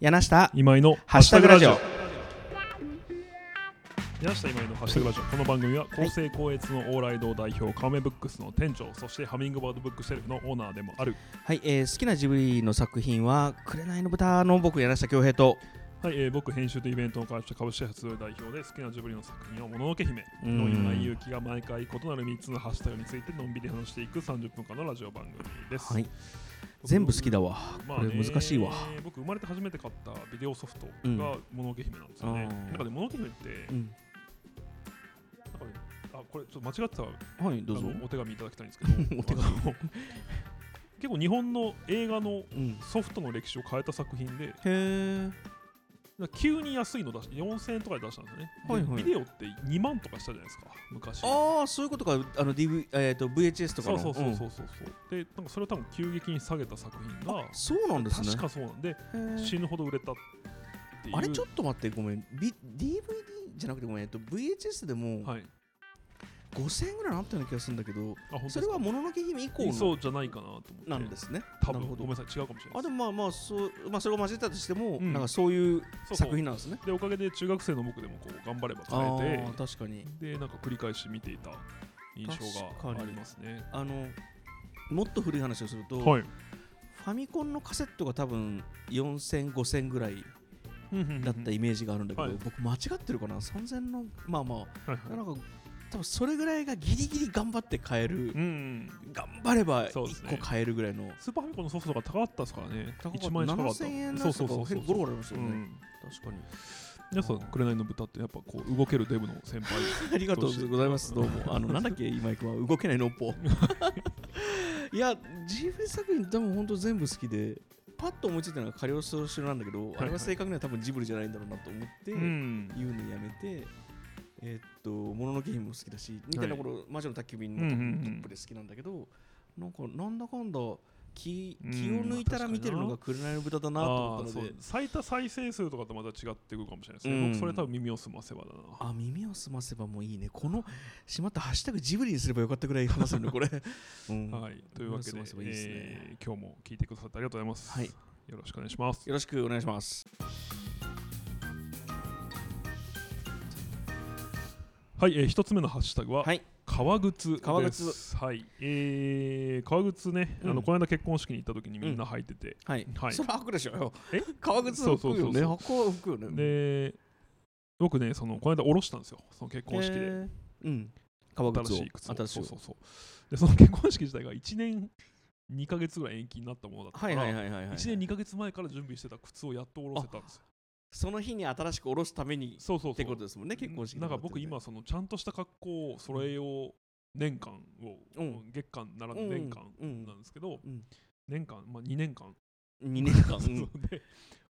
柳下今井のハッシュタグラジオ柳下今井のハッシュタグラジオこの番組は厚生高越の往来堂代表カメブックスの店長そしてハミングバードブックシェルフのオーナーでもあるはい、えー好きなジブリの作品は「紅の豚」の僕柳下恭平とはい、えー僕編集とイベントの会社株式発動代表で好きなジブリの作品をもののけ姫の今井ゆきが毎回異なる3つのハッシュタグについてのんびり話していく30分間のラジオ番組です、はい全部好きだわまあこねれ難しいわ僕生まれて初めて買ったビデオソフトうんがもののけ姫なんですよね、あーなんかでもののけ姫ってうんなんかねあこれちょっと間違ってたらはいどうぞあのお手紙いただきたいんですけ どお手紙あの結構日本の映画のうんソフトの歴史を変えた作品でへえなんか急に安いの出して4000円とかで出したんですよね、ではいはいビデオって2万とかしたじゃないですか昔ああそういうことかあの、DV えー、と VHS とかそうのそうそううそんうそう、でなんかそれを多分急激に下げた作品がそうなんですね確かそうなんでへー死ぬほど売れたっていうあれちょっと待ってごめん、B、DVD じゃなくてごめん、えっと、VHS でもはい5000円ぐらいあったような気がするんだけど、あ本当ですそかれはもののけ姫以降そのうじゃないかなと思ってなんですね多なる分ほごどめんなさい違うかもしれないですあでもまあまあそう、まあ、それを混ぜたとしても、うんなんかそういうそうそう作品なんですねでおかげで中学生の僕でもこう頑張ればあ変えあ確かにてでなんか繰り返し見ていた印象確かがにありますねあのもっと古い話をすると、はいファミコンのカセットが多分4000、5000ぐらいだったイメージがあるんだけど、はい僕間違ってるかな、3000の、まあまはいあ、はいなんか多分それぐらいがギリギリ頑張って買える、うん頑張ればそうです1ね個買えるぐらいの。スーパーファミコンのソフトが高かったですからね高かった1万円近かった7000円そのうそうとか結そうそ構うゴロゴロありますうよね、ん確かに皆さん紅の豚ってやっぱこう動けるデブの先輩ありがとうございますどうもあのなんだっけ今井君は動けないのっぽ いや GV 作品多分本当全部好きでパッと思いついたのがカリオストロシロなんだけど、いあれは正確には多分ジブリじゃないんだろうなと思って、うん言うのやめてえーっともののけ姫も好きだしみたいなこの魔女の宅急便もうんトうんうんップトップで好きなんだけどなんかなんだかんだ気気を抜いたら見てるのが紅の豚だなと思あーったそのでう最多再生数とかとまた違ってくるかもしれないですね、うん僕それ多分耳を澄ませばだなあ耳を澄ませばもういいねこのしまったハッシュタグジブリにすればよかったぐらい話せるのこれ、 うんははいというわけで耳を澄ませばいいですねえー今日も聞いてくださってありがとうございます、い、よろしくお願いしますよろしくお願いしますはい、えー、一つ目のハッシュタグは、はい革靴です革靴はいえー、革靴ね、あうのんこの間結婚式に行った時にみんな履いてて、はい、はいそれ履くでしょよえ革靴はそう履くそようねそうそう履くは履くよねで僕ねそのこの間下ろしたんですよその結婚式へでーうん革靴を新しい靴を新しいそうそうそうでその結婚式自体が1年2ヶ月ぐらい延期になったものだったかはら、いはいはいはい、はい、 1年2ヶ月前から準備してた靴をやっと下ろせたんですよその日に新しく下ろすためにそうそうそうってことですもんね結婚式なんか僕今そのちゃんとした格好を揃えよう年間を、うん月間ならぬ年間うんなんですけど、うん年間、まあ、2年間、 2年 間そうで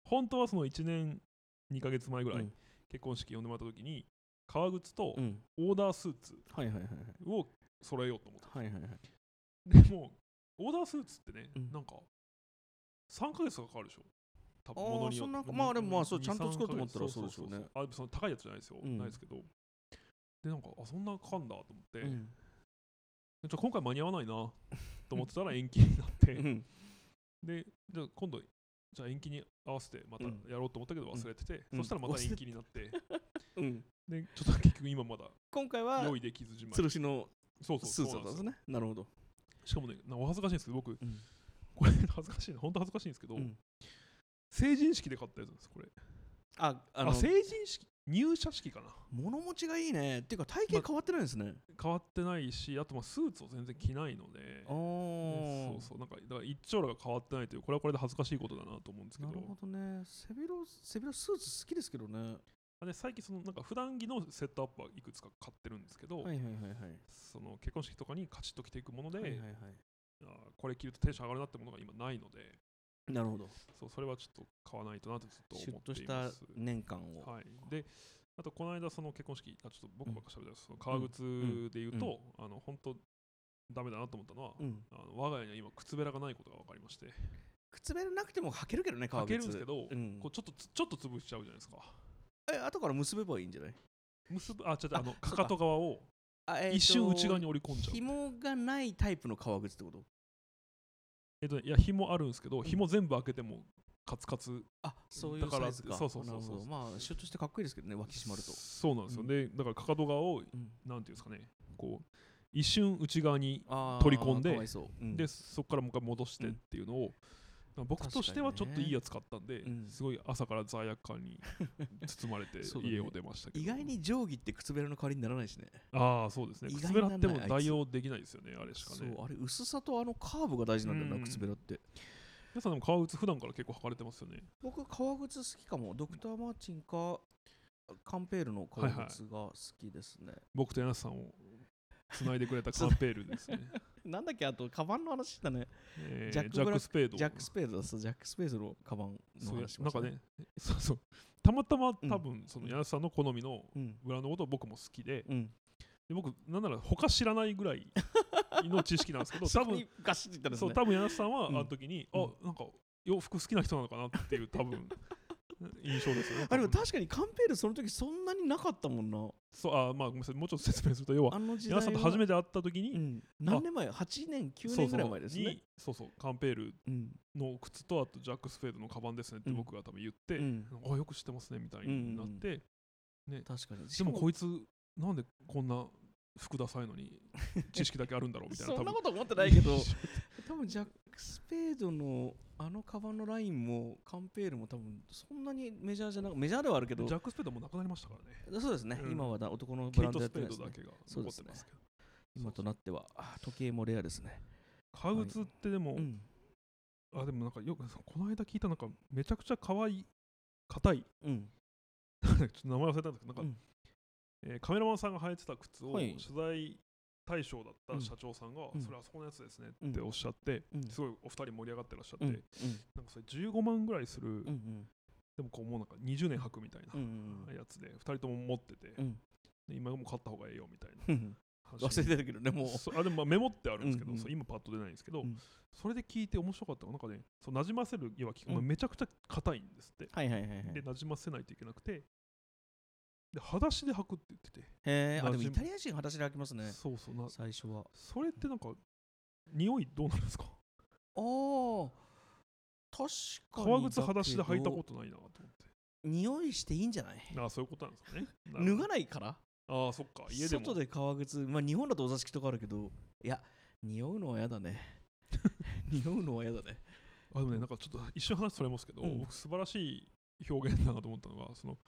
本当はその1年2ヶ月前ぐらい、うん結婚式呼んでもらった時に革靴とうんうんオーダースーツはいはいはいを揃えようと思っはいはいはいはいて、でもオーダースーツってね、うんなんか3ヶ月とかかかるでしょ多あー物によそんなってまあでもまあそう2ちゃんと作ろうと思ったら3そうでしょうねそそあでもその高いやつじゃないですよ、うんないですけどでなんかあそんなかかんだと思って、うんじゃあ今回間に合わないなと思ってたら延期になってうんでじゃあ今度じゃあ延期に合わせてまたやうんろうと思ったけど忘れてて、うんそしたらまた延期になって、 うんでちょっと結局今まだ今回は用意できずじまい吊るしのそうそうスそーうツだったんなでんですすよねなるほどしかもねなんかお恥ずかしいんですけど僕うんこれ恥ずかしいな本当恥ずかしいんですけど、うん成人式で買ったやつなんですこれあああの成人式入社式かな物持ちがいいねっていうか体型変わってないですね、変わってないしあとまあスーツを全然着ないのであーそうそうなんかだから一丁羅が変わってないというこれはこれで恥ずかしいことだなと思うんですけなるほどね背広背広スーツ好きですけどねあで最近そのなんか普段着のセットアップはいくつか買ってるんですけど、はいはいはいはいその結婚式とかにカチッと着ていくもので、はいはいはあーこれ着るとテンション上がるなってものが今ないのでいなるほどそうそれはちょっと買わないとなとずっとシュッ思っとてしいたます。年間を、はい、であとこの間その結婚式あちょっと僕ばっかしゃべったんですけど、その革靴で言うと、あの本当ダメだなと思ったのは、うんあの我が家には今靴べらがないことが分かりまして靴べらなくても履けるけどね革履靴けるんですけど、うんこうちょっとつちょっと潰しちゃうじゃないですかえ後から結べばいいんじゃない結ぶあちょっとあのあかかと側をあ、えーと一瞬内側に折り込んじゃう紐がないタイプの革靴ってことえっとね、いや紐あるんですけど、紐全部開けてもカツカツあそういだうからサイズかそうそうそうそうなるほどまあシュッとしてかっこいいですけどね脇締まると、そうなんですよ、うんでだからかかと側をなんていうんですかねこう一瞬内側に、あー取り込んでかわいそう、うんでそこからもう一回戻してっていうのを、なんか僕としては確かちょにっねといいやつ買ったんで、うんすごい朝から罪悪 感に包まれてそうだね家を出ましたけど、意外に定規って靴べらの代わりにならないしねああそうですね意靴外にべならっんないても代用できないですよねあれしかそねうあれ薄さとあのカーブが大事なんだようんな靴べらって皆さんでも革靴普段から結構履かれてますよね僕革靴好きかもドクター・マーチンかカンペールの革靴が好きですね、僕と柳瀬さんをつないでく れたカンペールですね、なんだっけあとカバンの話だねえージジャャックブラックック・スペードジャック・スペードだそうジャック・スペードのカバンのそうや話しなまんしたかねねそうそうたまたまうん多分その柳瀬さんの好みのうんブランドのことを僕も好きでうん、で僕なんなら他知らないぐらいの知識なん ですけどそ多こ分にガシッていったんですそうね多分柳瀬さんはあうんの時に、うあなんか洋服好きな人なのかなっていう多分 印象ですよねあでも多分確かにカンペールその時そんなになかったもんなそうあまあごめんなさいもうちょっと説明すると要はあの時代柳は瀬さんと初めて会った時に、うん、何年前 ?8 年、9そう年ぐそうらい前ですね。にそうそうカンペールうんの靴とあとジャック・スペードのカバンですねってうん僕が多分言って、うんあよく知ってますねみたいになって、確かに。でもこいいつなんでこんな服ダサいのに知識だけあるんだろうみたい なそんな多分こと思ってないけど、 多分ジャック・スペードのあのカバンのラインも、カンペールも多分そんなにメジャーじゃなく、メジャーではあるけど、ジャック・スペードもなくなりましたからねそうですね、うん今はだ男のブケライント・ドやスってペなーいです、ね。ドだけがそう残でっすてねますけど今となっては、あ時計もレアですね。革靴ってでも、う、ん。あでもなんかよくこの間聞いたなんかめちゃくちゃ可愛い硬い うん。ちょっと名前忘れたんですけどなんか、うんえーカメラマンさんが履いてた靴をはい取材対象だった社長さんが、うんそれあそこのやつですねうんっておっしゃって、うん。すごいお二人盛り上がってらっしゃって、うん。うん。なんかそれ15万ぐらいする、うん。うん。でもこうもうなんか20年履くみたいうん。うなんやつで、二人とも持ってて、うんうんで今もう買った方がええよみたいなうん。話忘れてるけどね、もう。そう あでもまあメモってあるんですけど、うんうんそう今パッと出ないんですけど、うんそれで聞いて面白かったのがなんかねそう馴染ませるいわき、うんめちゃくちゃ硬いんですってはいはいはいはい。で馴染ませないといけなくてで裸足で履くって言ってて、へーあ、でも馴染むイタリア人裸足で開きますね、そうそうな最初は。それってなんか匂いどうなんですかああ確かに革靴裸足で履いたこととないなと思って匂いしていいんじゃないああそういうことなんですかね脱がなないからああそっか家でも外で革靴まあ日本だとお座敷とかあるけどいや匂うのは嫌だ ね匂うのは嫌だねあでもねなんかちょっと一瞬話それますけど、うん僕素晴らしい表現だなと思ったのがその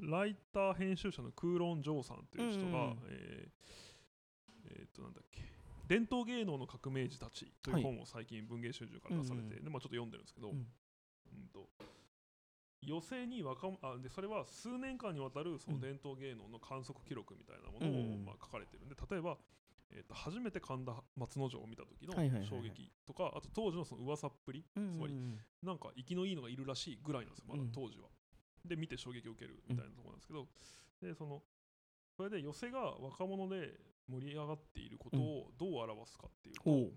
ライター編集者のクーロン・ジョーさんっていう人が、うんうんうんえーえーっとなんだっけ伝統芸能の革命児たちという本を最近文芸春秋から出されて、うんうんでまあ、ちょっと読んでるんですけど、ううんんと余生に若者あでそれは数年間にわたるその伝統芸能の観測記録みたいなものを、うんうんまあ、書かれてるんで例えば、えーっと初めて神田松之丞を見た時のはいはいはいはい衝撃とか、あと当時のその噂っぷりうんつまりなんか生きのいいのがいるらしいぐらいなんですよ、まだうん当時は。で、見て衝撃を受けるみたいなところなんですけど、で、その、それで寄せが若者で盛り上がっていることをどう表すかっていうと、ほ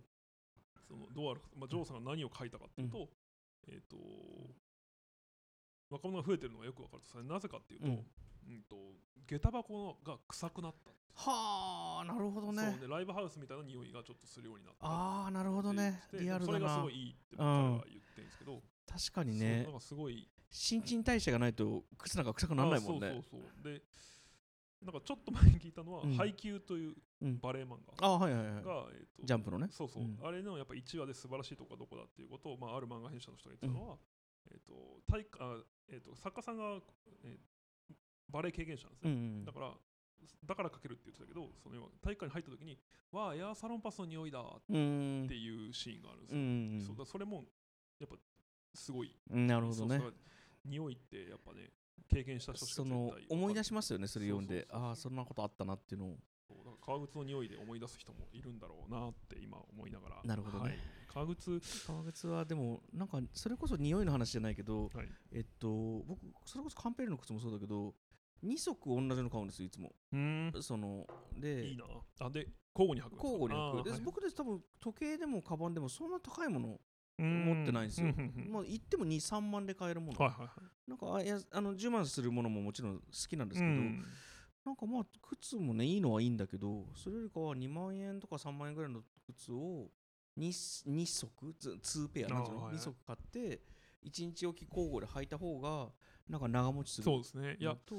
そのどうあるか、まあ、ジョーさんが何を書いたかっていうと、えっ、と、若者が増えてるのがよくわかると、それなぜかっていうと、ううんんと下駄箱が臭くなった、はあなるほどねそうでライブハウスみたいな匂いがちょっとするようになったっああなるほてど言っねててリアルそれだがすなごいいいって僕らは言ってるんですけど、確かにそうねなんかすごい新陳代謝がないと靴なんか臭くならないもんあそねうそうそうでなんかちょっと前に聞いたのは「うんハイキュー」といううんバレエ漫ああはいはいはい画が、えーとジャンプのねそうそう、うんあれのやっぱ1話で素晴らしいとこはどこだっていうことを、まあ、ある漫画編集者の人が言ってたのは、えっと体あえー、と作家さんが、えーバレエ経験者なんですうね、んだからだから書けるって言ってたけどその要は体育館に入った時に「わあエアサロンパスの匂いだ」っうんうんていうシーンがあるんですうよ、んそうだそれもやっぱすごいうんなるほどねそうそう匂いってやっぱね経験した人しかそ絶対の思い出ししますよねそれ読んでそうそうそうそうああそんなことあったなっていうのを革靴の匂いで思い出す人もいるんだろうなって今思いながらなるほどねはい、革靴革靴はでもなんかそれこそ匂いの話じゃないけど、はいえっと僕それこそカンペールの靴もそうだけど2足同じの買うんですよいつもうんそのでいいなあで交互に履くんですか交互に履くで、あーはい僕です多分時計でもカバンでもそんな高いもの、うん持ってないんですようんうんうんまあ、行っても23万で買えるもの、はいはいはいなんかあいやあの10万するものももちろん好きなんですけうど、んなんかまあ靴もねいいのはいいんだけどそれよりかは2万円とか3万円ぐらいの靴を 2, 二足つ2ペアなんていうあーのはい2足買って1日おき交互で履いた方がなんか長持ちするそうですね。いやの、と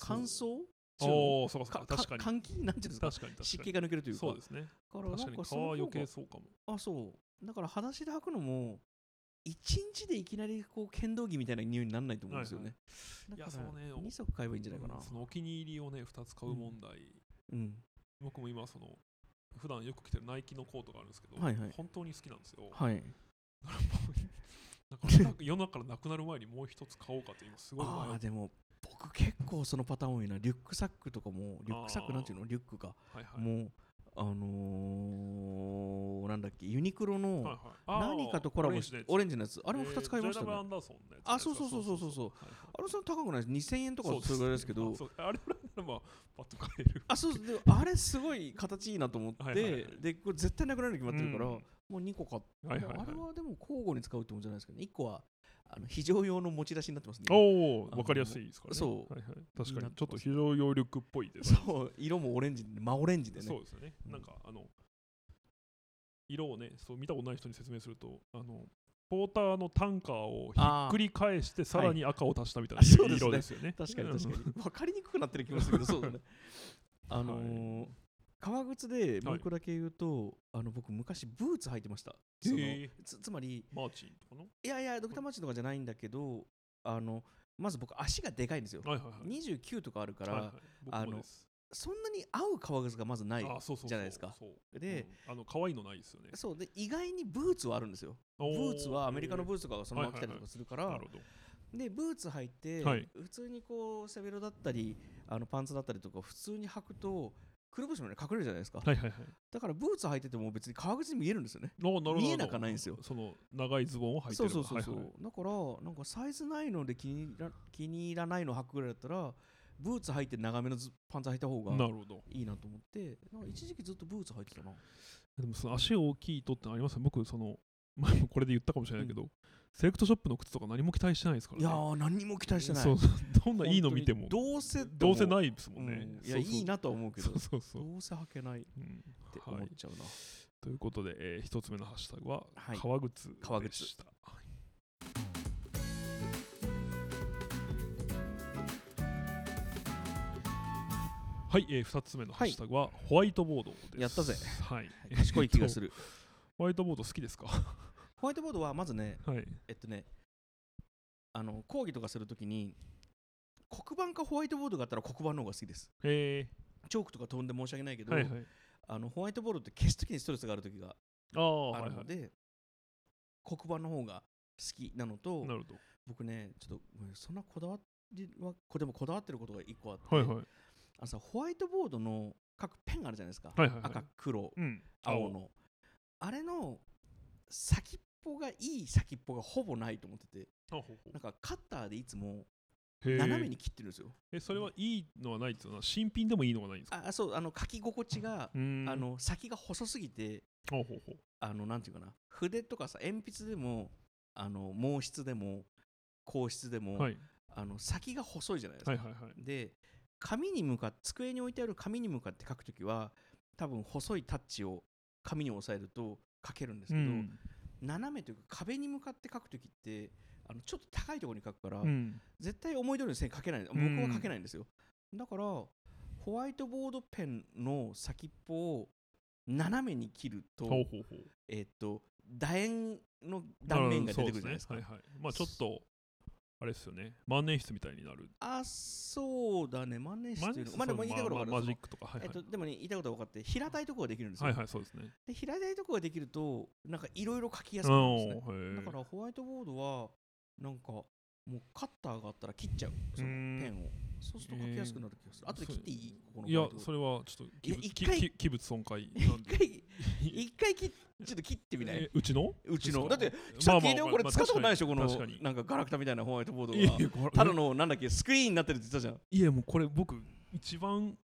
乾燥おお、そうかそかうか、確か換に。気なんていうんですか確かに、湿確か気に。が抜けるというかそうですね。だからなん確かかに、皮その方はが余計そうかも。あそうだから裸足で履くのも一日でいきなりこう剣道着みたいな匂いにならないと思うんですよね、はいはいだからいやそうね2足買えばいいんじゃないかなうんそのお気に入りをね、2つ買う問題。うん、僕も今、その、普段よく着てるナイキのコートがあるんですけど、はいはい本当に好きなんですよ。はいだからなんか世の中からなくなる前にもう一つ買おうかって今すごい迷ああっーてでも僕結構そのパターン多いなリュックサックとかもリュックサックなんていうのリュックか、はいはいもうあのー、なんだっけユニクロはいのはいあー何かとコラボしてオレンジのやつあれもえー2つ買いましたジョねーダン・アンダーソンのやつあそうそうそうそうそうはいはいあれそんな高くないです2000円とかそれぐらいですけどそうあれぐらいならばパッと買えるあそうでもあれすごい形いいなと思って、はいはいはいでこれ絶対なくなるに決まってるから、うんもう2個買って、はいはいはい あれはでも交互に使うってもんじゃないですけど、ね、1個はあの非常用の持ち出しになってますね。おあのおわかりやすいですからねそうはいはい確にかなってまにちょっすと非常揚力っぽいですそう色もオレンジで真オレンジでねそうですよねなんかあの色をねそう見たことない人に説明するとあのポーターのタンカーをひっくり返してさらに赤を足したみたいなあそうですね色ですよね確かに確うんかに分かりにくくなってる気もするけどそうだねあのー革靴でもう一個だけ言うと、あの僕昔ブーツ履いてましたそのへーつつまりマーチンとかのいやいやドクターマーチンとかじゃないんだけどあのまず僕足がでかいんですよ、はいはいはい29とかあるから、はいはいあ僕ものですそんなに合う革靴がまずないあそうそうそうじゃないですかそうでうんあの可愛いのないですよねそうで意外にブーツはあるんですよブブーツはアメリカのーブーツとかがそのまま来たりはいとかはいはいするから、なるほどでブーツ履いて、はい普通にこう背広だったりあのパンツだったりとか普通に履くとくるぶしまで隠れるじゃないですか、はいはいはいだからブーツ履いてても別に革靴に見えるんですよねおーるほど見えなかないんですよその長いズボンを履いてそるうそうそうそう、はいはいだからなんかサイズないので気に入ら気に入らないの履くぐらいだったらブーツ履いて長めのズパンツ履いた方がなるほどいいなと思ってなんか一時期ずっとブーツ履いてたなでもその足大きいとってのありますね僕その 前もこれで言ったかもしれないけど、セレクトショップの靴とか何も期待してないですから、いね、やー何にも期待してないそうそうどんないいの見ても本当にどうせどうせいないですもんね、いやそうそういいなとは思うけどそうそうそう、どうせ履けないっうんては思っいちゃうな、ということで、えー、一つ目のハッシュタグははい革靴革で靴した、はいはい、えー、2つ目のハッシュタグはホワイトボードです。やったぜはい。賢い気がする。るホワイトボード好きですか ホワイトボードはまずねはい。えっとねあの講義とかするときに黒板かホワイトボードがあったら黒板の方が好きですえチョークとか飛んで申し訳ないけー、ど、はいはい。あのホワイトボードって消すときにストレスがあるときがああ、あはいるはのい。で、黒板の方が好きなのとなるほ僕ねちょっとごめんそんなこだわりはこでもこだわってることが一個あって、ど。はいはい。あのさホワイトボードの各ペンあるじゃないですか、はいはい、はい。赤。黒うん。青。のあれの先っぽがいい先っぽがほぼないと思っててあほうほうなんかカッターでいつもへー斜めに切ってるんですよ、え、それはいいのはないっていうのは、新品でもいいのはないんですかあそうあの書き心地が、うーんあ、の先が細すぎてほうほうほう。あのなんていうかな筆とかさ鉛筆でもあの毛筆でも硬筆でも、はい。あの先が細いじゃないですか、はいはいはい。で紙に向かって机に置いてある紙に向かって書くときは多分細いタッチを紙に押さえると書けるんですけど、うん斜めというか壁に向かって書くときってあのちょっと高いところに書くから、うん。絶対思い通りの線書けない僕んは書けないんですよ、だからホワイトボードペンの先っぽを斜めに切ると,、ほうほうほう。えっと楕円の断面が出てくるじゃないですかそうねはいはい、まあちょっとあれですよね万年筆みたいになるあそうだね真似してるまあでも言いたいことまわあかる、マジックとかはいはえい、っと、でもね言いたいことは分かって平たいところができるんですよ、はいはいそうですねで平たいところができるとなんかいろいろ書きやすうくんなるんですねおーへーだからホワイトボードはなんかもうカッターがあったら切っちゃうそのうーんペンをそうすると書きやすくなる気がするへーあとで切っていいここのいやホワイトそれはちょっと器いや物一回きき器物損壊なんボードで一回 一回切っちょっと切ってみない えうちのうちのだってですかまあさっきまあでもこれまあ使ったことないでしょこ確かにの確かになんかガラクタみたいなホワイトボードいやがいやこれただのなんだっけスクリーンになってるって言ってたじゃんいやもうこれ僕一番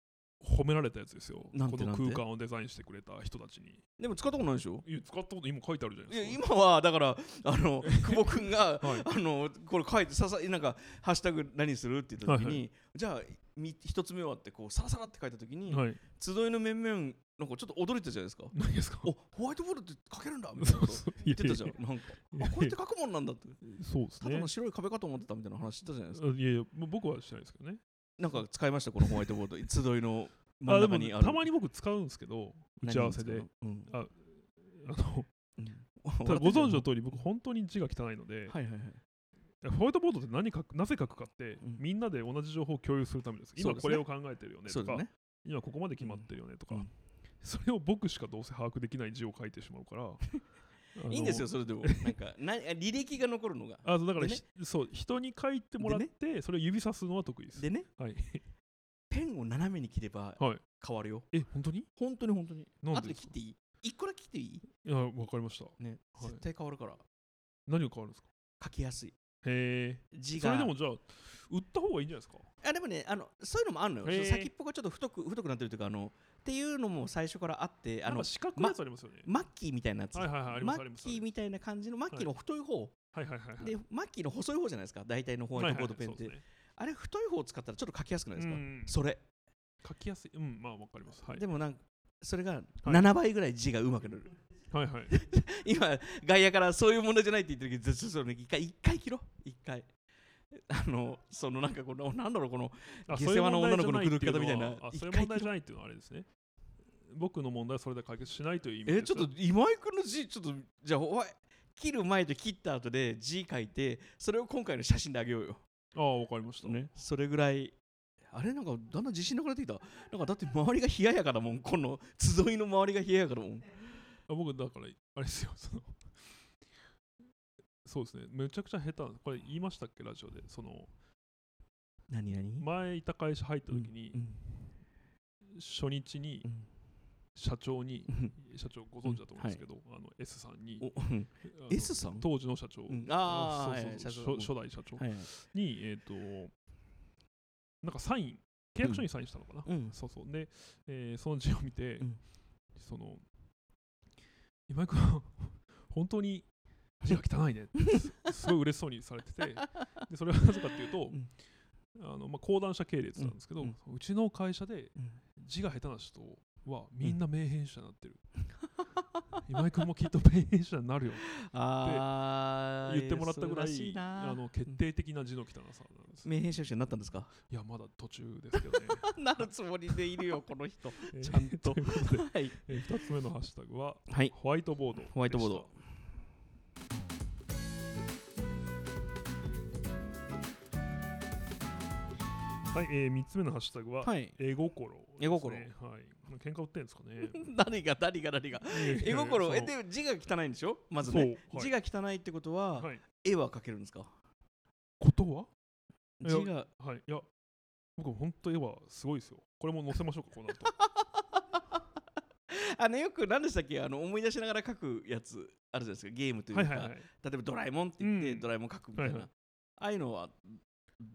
褒められたやつですよ。こなんてのなんて空間をデザインしてくれた人たちに。でも使ったことないでしょいや使ったこと今書いてあるじゃないいやですか。今はだからあの 久保君がはいあのこれ書いてささなんか「ハッシュタグ何する?」って言った時に、はいじゃあみ一つ目はってこうサラサラって書いた時に、はい。集いの面々なんかちょっと驚いてたじゃないですか。何ですかおホワイトボードって書けるんだみたいな こと そう言ってたじゃん。なんかいやあこれって書くもんなんだ ってそうですただねの。白い壁かと思ってたみたいな話してたじゃないですか。あいやいや、もう僕はしてないですけどね。なんか使いましたこのホワイトボード集いの真あん中でもにある。たまに僕使うんですけど、打ち合わせで。うん。ああのたただご存知の通り、僕、本当に字が汚いので、はいはいはい。ホワイトボードって何書くなぜ書くかって、うんみんなで同じ情報を共有するためです。そう今ですねこれを考えてるよねそとうだか、ね。今ここまで決まってるよねとか、うんそれを僕しかどうせ把握できない字を書いてしまう から。あのいいんですよ、それでも。なんか、な履歴が残るのが。あそうだからでひ、そう人に書いてもらって、それを指さすのは得意で す。でね、はい、ペンを斜めに切ればはい変わるよ。え、本当に本当に本当に。なあんとでで切ですっかていい一個だけ切っていいいや、わかりました。ね、はい絶対変わるから。何が変わるんですか書きやすい。へえ。字それがで。もじゃあ、売った方がいいんじゃないですかあでもねあの、そういうのもあるのへよ。ー先っぽがちょっと太く太くなってるというか、あの、っていうのも最初からあって、あなんのか、四角いやつありますよね。マッキーみたいなやつ。はいはいはい、ありまマすありッます。キーみたいな感じのマッキーの太い方、はいはいはいはい。でマッキーの細い方じゃないですか大体のホワイトボードペンって、はいはいはいあれ太い方を使ったらちょっと書きやすくなそいでうですすか、そねれうん書きやすい。うん、まあわかります。はい。でもなんかそれが7倍ぐらい字がうまくなる、はい はい。今外野からそういう問題じゃないって言ってるけどずっとそれ一回一回切ろう一回あのそのなんかこのなんだろうこのあ下世話の女の子のそういう問題じゃって口説き方みたうはいなあそういう一回問題じゃないっていうのはあれですね。僕の問題はそれで解決しないという意味えでちすょっと今井君の字ちょっとじゃあお前切る前と切った後で字書いてそれを今回の写真であげようよと。ああ、わかりました。ねそれぐらいあれなんかだんだん自信なくなってきたなんかだって周りが冷ややかだもんこの集いの周りが冷ややかだもんあ僕だからあれですよそのそうですねめちゃくちゃ下手なこれ言いましたっけラジオでその何何前いた会社入った時に、うん初日にうん社長に、うん社長ご存知だと思うんですけど、あの S さんにおうんあの S さん当時の社長、うんあーそうそうそうはいはい初初代社長はいはいに、えっ、となんかサイン契約書にサインしたのかな、うんそうそうで、えーその字を見て、うんその今井君 は本当に字が汚いねってす すごい嬉しそうにされててでそれはなぜかっていうと、うんあのまあ、講談社系列なんですけど、ううんちの会社でうん字が下手な人はみんな名編者になっ てる、今井君もきっと名編者になるよあー言ってもらったぐらい素晴しいなあの決定的な字の汚さなんです、名編集者になったんですかいやまだ途中ですけどね なるつもりでいるよこの人えーちゃんとということではい、えー、2つ目のハッシュタグは、はいホワイトボードでしたホワイトボードはい、えー、3つ目のハッシュタグは、はい、絵心ですね、絵心はい喧嘩売ってんですか ね何が何が 何が絵心えで字が汚いんでしょまずそう、ね、はい、字が汚いってことは、はい絵は描けるんですかことはいや字が はいいや僕本当絵はすごいですよこれも載せましょうかこうなるとあのよく何でしたっけあの思い出しながら描くやつあるじゃないですかゲームというはか、いはいはい例えばドラえもんって言って、うんドラえもん描くみたいな、はいはいああいうのは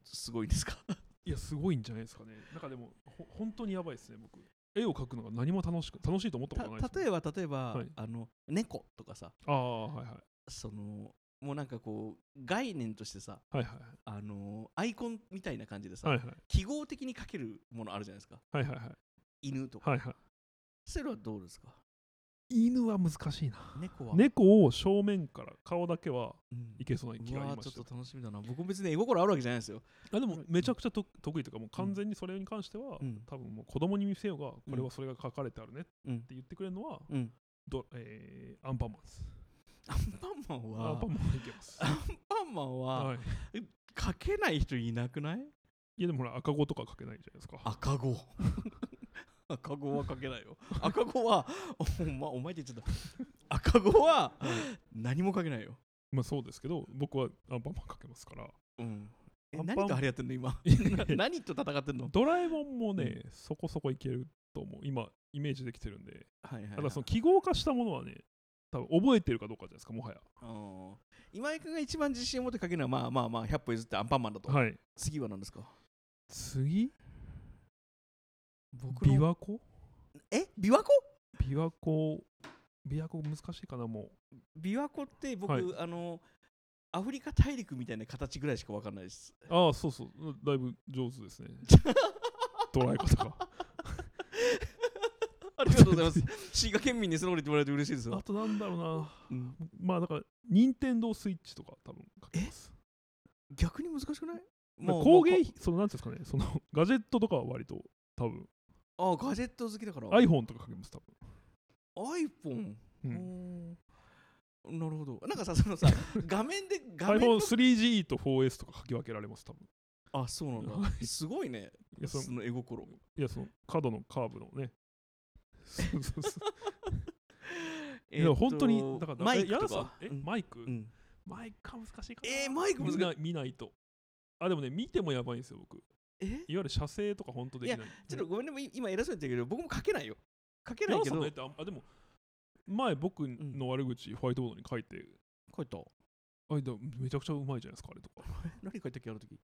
すごいですかいやすごいんじゃないですかねなんかでもほ本当にやばいですね僕絵を描くのが何も楽しく楽しいと思ったことないですた例えば例えば、はいあの猫とかさああはいはいそのもうなんかこう概念としてさはいはいあのアイコンみたいな感じでさ、はいはい記号的に書けるものあるじゃないですかはいはいはい犬とか、はいはそういうのはどうですかい犬は難しいな猫は、猫を正面から顔だけはうんいけそうな気うがあわりーまちしょたっと楽しみだな僕も別に絵心あるわけじゃないですよ、あでもめちゃくちゃと得意というかもう完全にそれに関しては、うん多分もう子供に見せようがこうんれはそれが書かれてあるねってうん言ってくれるのは、うん、どえーアンパンマンですアンパンマンはアンパンマンはいけますアンパンマンははい、書けない人いなくないいやでもほら赤子とか書けないじゃないですか赤子赤子は書けないよ 赤子はお,、ま、お前って言っちゃった赤子は何も書けないよ、まあそうですけど僕はアンパンマン書けます からうん、えアンパン何と張り合ってんの今何と戦ってんのドラえもんもね、そこそこいけると思う。今、イメージできてるんで。はいはい、ただ、その記号化したものはね、多分覚えてるかどうかじゃないですか、もはや。うん今井君が一番自信を持って書けるのはまあまあまあ100歩譲ってアンパンマンだと、はい。次は何ですか次僕琵の琶湖え琵琶湖琵琶湖琵琶湖難しいかなも琵琶湖って僕、はいあのアフリカ大陸みたいな形ぐらいしかわかんないです。 うああそうそうだいぶ上手 ですね捉え方がありがとうござい ます。滋賀県民にそのこと言ってもらえて嬉しいですあよ。となんだろうなうんまあだから任天堂スイッチとか多分書けます逆に難しくないまあもう工芸品そのなんていうんですかねその ガジェットとかは割と多分あガジェット好きだから。 iPhone とか書けます多 iPhone。分、うんおーなるほど。なんかさ、その さ、画面で、画面の iPhone3G と 4S とか書き分けられます、多分あ、そうなんだ。すごいね。いや、そのその絵心。いやその角のカーブの ね。そうそうそういえーやっと本当に、だから、マイえやクだとさんか。え、うんマイクうんマイクは難しいかな。えーマイク難しい見ない見ないと。あ、でもね、見てもやばいんですよ、僕。いえわゆる射精とか本当できない。ちょっとごめんね、もう今偉そうに言ってるけど、僕も書けないよ。書けやないだけさんどねっ、てあんあ、でも、前僕の悪口、ホワイトボードに書いて、書いた。あ、でもめちゃくちゃうまいじゃないですか、あれとか。え何書いたっけ、あの時。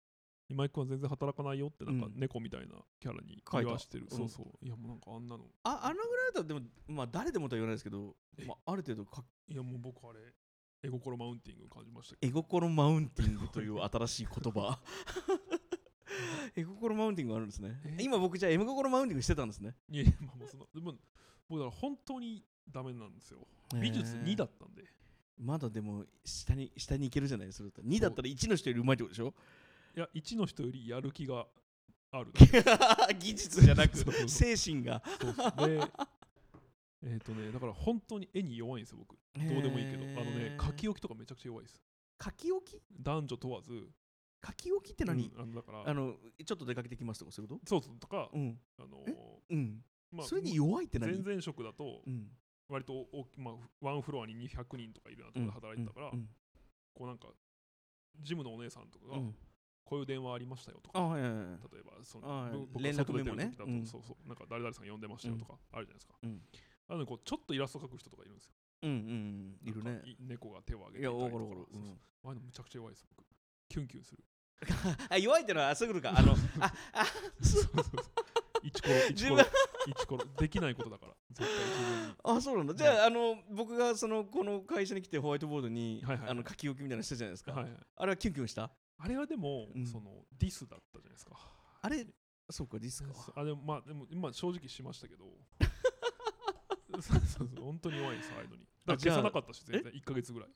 マイクは全然働かないよって、なんかうん猫みたいなキャラに書い言たわしてる。うんそうそう。いや、もうなんかあんなの。あ、あのぐらいだったら、でも、まあ、誰でもとは言わないですけどえ、まあ、ある程度書いや、もう僕あれ、絵心マウンティング感じましたけ絵心マウンティングという新しい言葉。 絵心マウンティングがあるんですねえ。今僕じゃあ絵心マウンティングしてたんですね。ど。いやいや、まあまあその、でも、僕だから本当にダメなんですよ。美術2だったんで。まだでも下に下に行けるじゃないそれと2だったら1の人よりうまいってことでしょいや、1の人よりやる気がある。 技術 じゃなくそうそうそう精神がそうそうで、えっとね、だから本当に絵に弱いんですよ、僕。どどうでもいいけど。あのね、書置き置きとかめちゃくちゃ弱いです。き書き置き男女問わず。書き置きって何、うんあのだからあのちょっと出かけてきますとかそういうこそうそう、とかと、うんあのー、うん、まあ、それに弱いって何全然職だとう、ん、割と大き、まあ、ワンフロアに200人とかいるようなところで働いてたから、うんこうなんか、ジムのお姉さんとかうが、ん、こういう電話ありましたよとあか、はいはいはい例えばそあのー僕僕が連絡外出てるメモね時だとうんそうそうなんか誰々さん呼んでましたよとかあるじゃないですか、うんあのこうちょっとイラスト描く人とかいるんですようんうんうんいるなんねか猫が手を挙げいてやいたりわとかるかわかる、そううんそうああいうのむちゃくちゃ弱いです僕キュンキュ ンするあ弱いってのはそういうことかあのああそうそうそうイチコロイチコロ自イチコロできないことだから絶対自分に あそうなんだじゃあ,、あの僕がそのこの会社に来てホワイトボードに、はいはいあの書き置きみたいなのしたじゃないですか、はいはい、 あれはキュンキュンしたあれはでも、うんそのディスだったじゃないですかあれそうかディスかそうあでもまあでも今正直しました けどそうそうそう本当に弱いんですよああいうのにだからじゃ消あさなかったし全然1か月ぐらい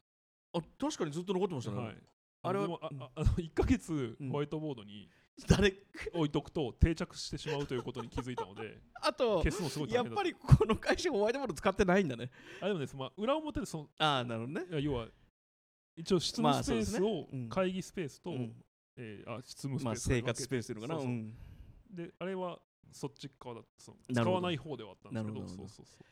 あ確かにずっと残ってましたね、はい、あれはでもあうんああの1ヶ月うんホワイトボードに誰 置いとくと定着してしまうということに気づいたので あと消すのすごいやっ大変だぱりこの会社ホワイトボード使ってないんだねあでもねその、まあ、裏表でそのああなるほどねいや要は一応執務まあスペーそうですスねをうん会議スペースと、うんえーあ執務スペースまあ生活スペーースというのかなそううそうんスであれはそっち側だそのなる使ほどわない方ではあったんですけどなるほどそうそうそう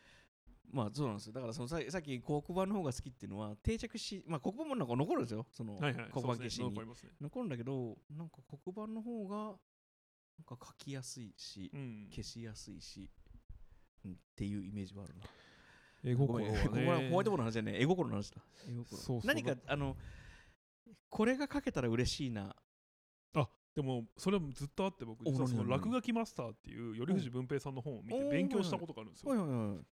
まあそうなんですよだからそのささっき黒板の方が好きっていうのは定着しまあ黒板もなんか残るんですよその、はいはい黒そう板消ですしねに、残りますね残るんだけどなんか黒板の方がなんか書きやすいしうん消しやすいし、うん、っていうイメージはあるな英ごめん、ここはホワイトボードの話じゃねえ、絵心の話だ。絵心そうそう何か、あの、これが書けたら嬉しいな。でもそれはずっとあって僕お実はその何何落書きマスターっていう頼藤文平さんの本を見ておー勉強したことがあるんですよはいはい。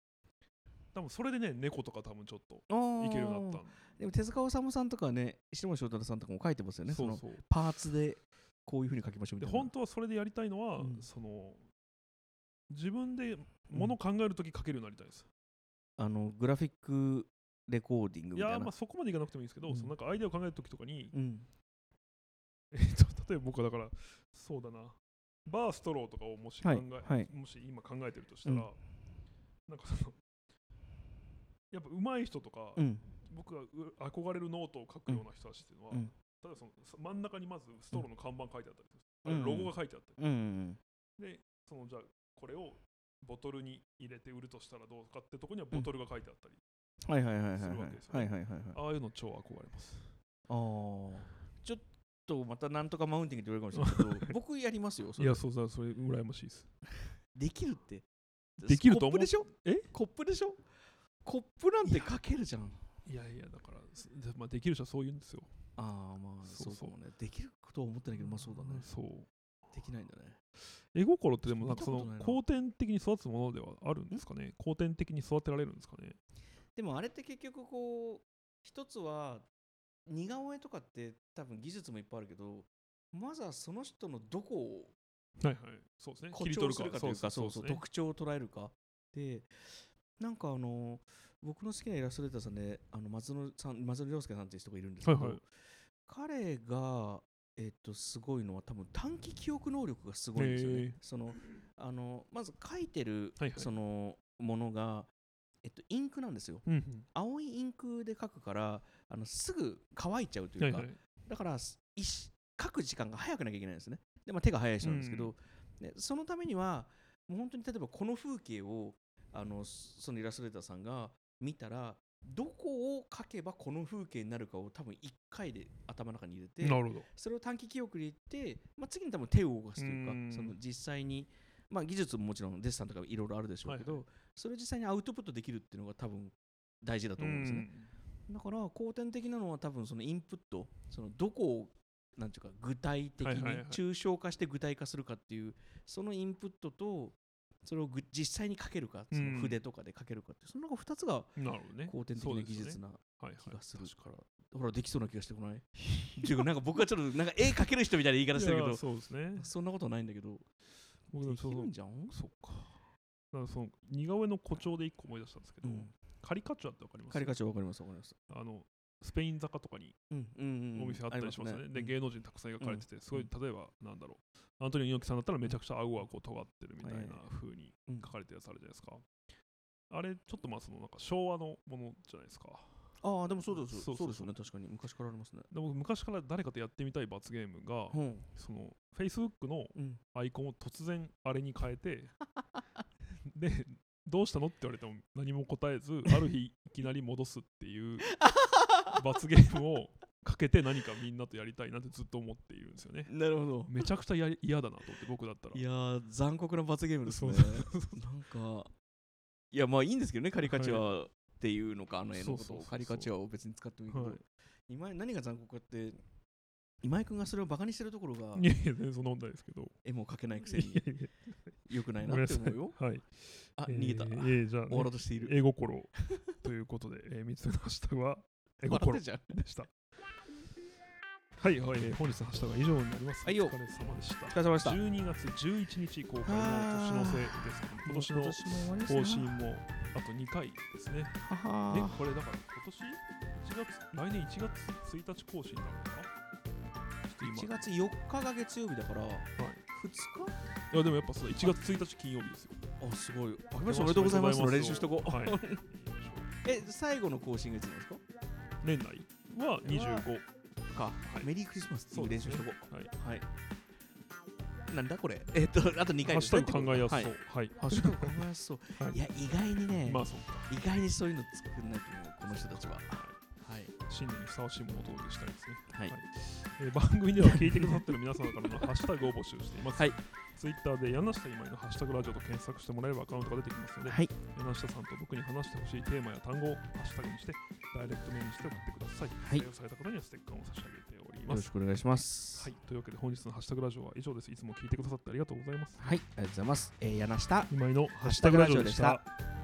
多分それでね猫とか多分ちょっとあーいけるようになったんでも手塚治虫さんとかね、石森章太郎さんとかも書いてますよね。そそうのそうパーツでこういうふうに書きましょうみでたいな。本当はそれでやりたいのは、うんその自分でもの考えるとき書けるようになりたいです、あの、グラフィックレコーディングいみたいやな。ーまあそこまでいかなくてもいいんですけど、うんそのなんかアイデアを考えるときとかに、うん。えっと 例えば僕はだからそうだなバーストローとかをもし考はえ、いはいもし今考えてるとしたら、うんなんかそのやっぱ上手い人とか、うん。僕がう憧れるノートを書くような人たちっていうのは、うんただそのそ真ん中にまずストローの看板書いてあったりする、うんあれロゴが書いてあったりうん。でそのじゃあこれをボトルに入れて売るとしたらどうかってとこにはボトルが書いてあったり、はいはいはいはいはすい。るはわいけですよはねいはいはい。あああいうの超憧れますあー。ちょっとまたなんとかマウンティングって言われるかもしれない けど、僕やりますよ。それそうだそれ羨ましいですできるって。できると思コップうでしょえコップでしょコップなんてかけるじゃん。いやいやだからすで,、まあ、できる人はそう言うんですよああ、まあ、そそうそううかもね。できることは思ってないけど、まあそうだね。そうできないんだね。絵心ってでもなんかそ見たことなのいな後天的に育つものではあるんですかね後天的に育てられるんですかねでもあれって結局こう一つは似顔絵とかって多分技術もいっぱいあるけどまずはその人のどこをはいはいそうですね誇張するかというかそそううそううそそう特徴を捉えるかでなんかあの僕の好きなイラストレーターさんであの松野さん松野亮介さんっていう人がいるんですけど、はいはい彼がえっとすごいのは多分短期記憶能力がすごいんですよへーね。そのあのまず書いてるはいはいそのものがえっとインクなんですよ。うんうん青いインクで書くからあのすぐ乾いちゃうというか、はいはいだからす一し書く時間が早くなきゃいけないんですねで、まあ、手が早い人なんですけど、でそのためにはもう本当に例えばこの風景をあのそそのイラストレーターさんが見たらどこを書けばこの風景になるかを多分1回で頭の中に入れてなるほどそれを短期記憶で言って、まあ、次に多分手を動かすというか、うんその実際に、まあ、技術ももちろんデッサンとかいろいろあるでしょうけど、はいそれを実際にアウトプットできるっていうのが多分大事だと思うんですね。だから後天的なのは多分そのインプットそのどこをなんていうか具体的にはいはいはい抽象化して具体化するかっていうそのインプットとそれをぐ実際に書けるかそうんの筆とかで書けるかっていうそのなんか2つがうんなるほどね後天的な技術ななはい気がするはいからほらできそうな気がしてこないっていうかなんか僕はちょっとなんか絵描ける人みたいな言い方してるけいやどそうですねそんなことはないんだけど僕ででもきそうるそうんじゃんそうかなんかその似顔絵の誇張で一個思い出したんですけど、うんカリカチュアってわかりますカリカチュアわかりますわかりますあのスペイン坂とかにうんうんうんお店あったりしますよね。で、ー芸能人たくさん描かれてて、すごい、う例えば、なんだろう、アントニオ猪木さんだったらめちゃくちゃ顎がこう尖ってるみたいはいなは風にうん書かれてるやつあるじゃないですか。あれ、ちょっとまあ、そのなんか昭和のものじゃないですか。ああでもそうですそそうそううそうですよね確かに昔からありますねで僕、昔から誰かとやってみたい罰ゲームが、うんその、Facebook のうんアイコンを突然あれに変えて、 で、どうしたのって言われても何も答 えず、ある日いきなり戻すっていう罰ゲームをかけて何かみんなとやりたいなってずっと思っているんですよね。なるほどめちゃくちゃやり嫌だなと思って僕だったらいやー残酷な罰ゲームですねそなんかいやまあいいんですけどねカリカチュアっていうのかあの絵のこそうそとうそうをそうカリカチュアを別に使ってもいいけど、はい今井何が残酷かって今井君がそれをバカにしてるところがいやいや全然そんなことないですけど絵も描けないくせ いにやいや良くないごめんなっなさてい思うよはいあ逃げた、えーえーじゃあ終わろうとしている絵心 ということで、えー、3つ目のハッシュタグは絵笑っ心てんじゃんでしたはい、はいえー本日のハッシュタグは以上になります、はいよお疲れ様でしお疲たれ様でした12月11日公開の年の瀬ですけど今年のもう終わりですね更新もあと2回ですねははえーこれだから今年1月来年1月1日更新なのかなちょっと今1月4日が月曜日だから、はい、2日いやでもやっぱそう1月1日金曜日ですよ。あすごいあけましておめでとうございますの練習しとこう、はいえ最後の更新がいつなんですか 年内は25。か、いメリークリスマスっていう練習しとこはいうはい、なんだこれえっとあと2回ハッでシすねュタグ考えやすそはうい。はい。ハッシュタグ考えやすそうはいいや意外にね、まあそうか。意外にそういうの作んないと思うこの人たちははい新年にふさわしいものをお届けしたいですね。はい、はいえー番組では聞いてくださってる皆様からのハッシュタグを募集しています。はいツイッターで柳下今井のハッシュタグラジオと検索してもらえればアカウントが出てきますので、はい柳下さんと僕に話してほしいテーマや単語をハッシュタグにして、ダイレクトメールにして送ってください。い採用された方にはステッカーを差し上げておりよまろすし。くお願いしますはい、というわけで本日のハッシュタグラジオは以上です。いつも聞いてくださってありがとうございます。はい、ありがとうございます、えー、柳下今井のハハッッシシュュタタググララジジオオででししたた。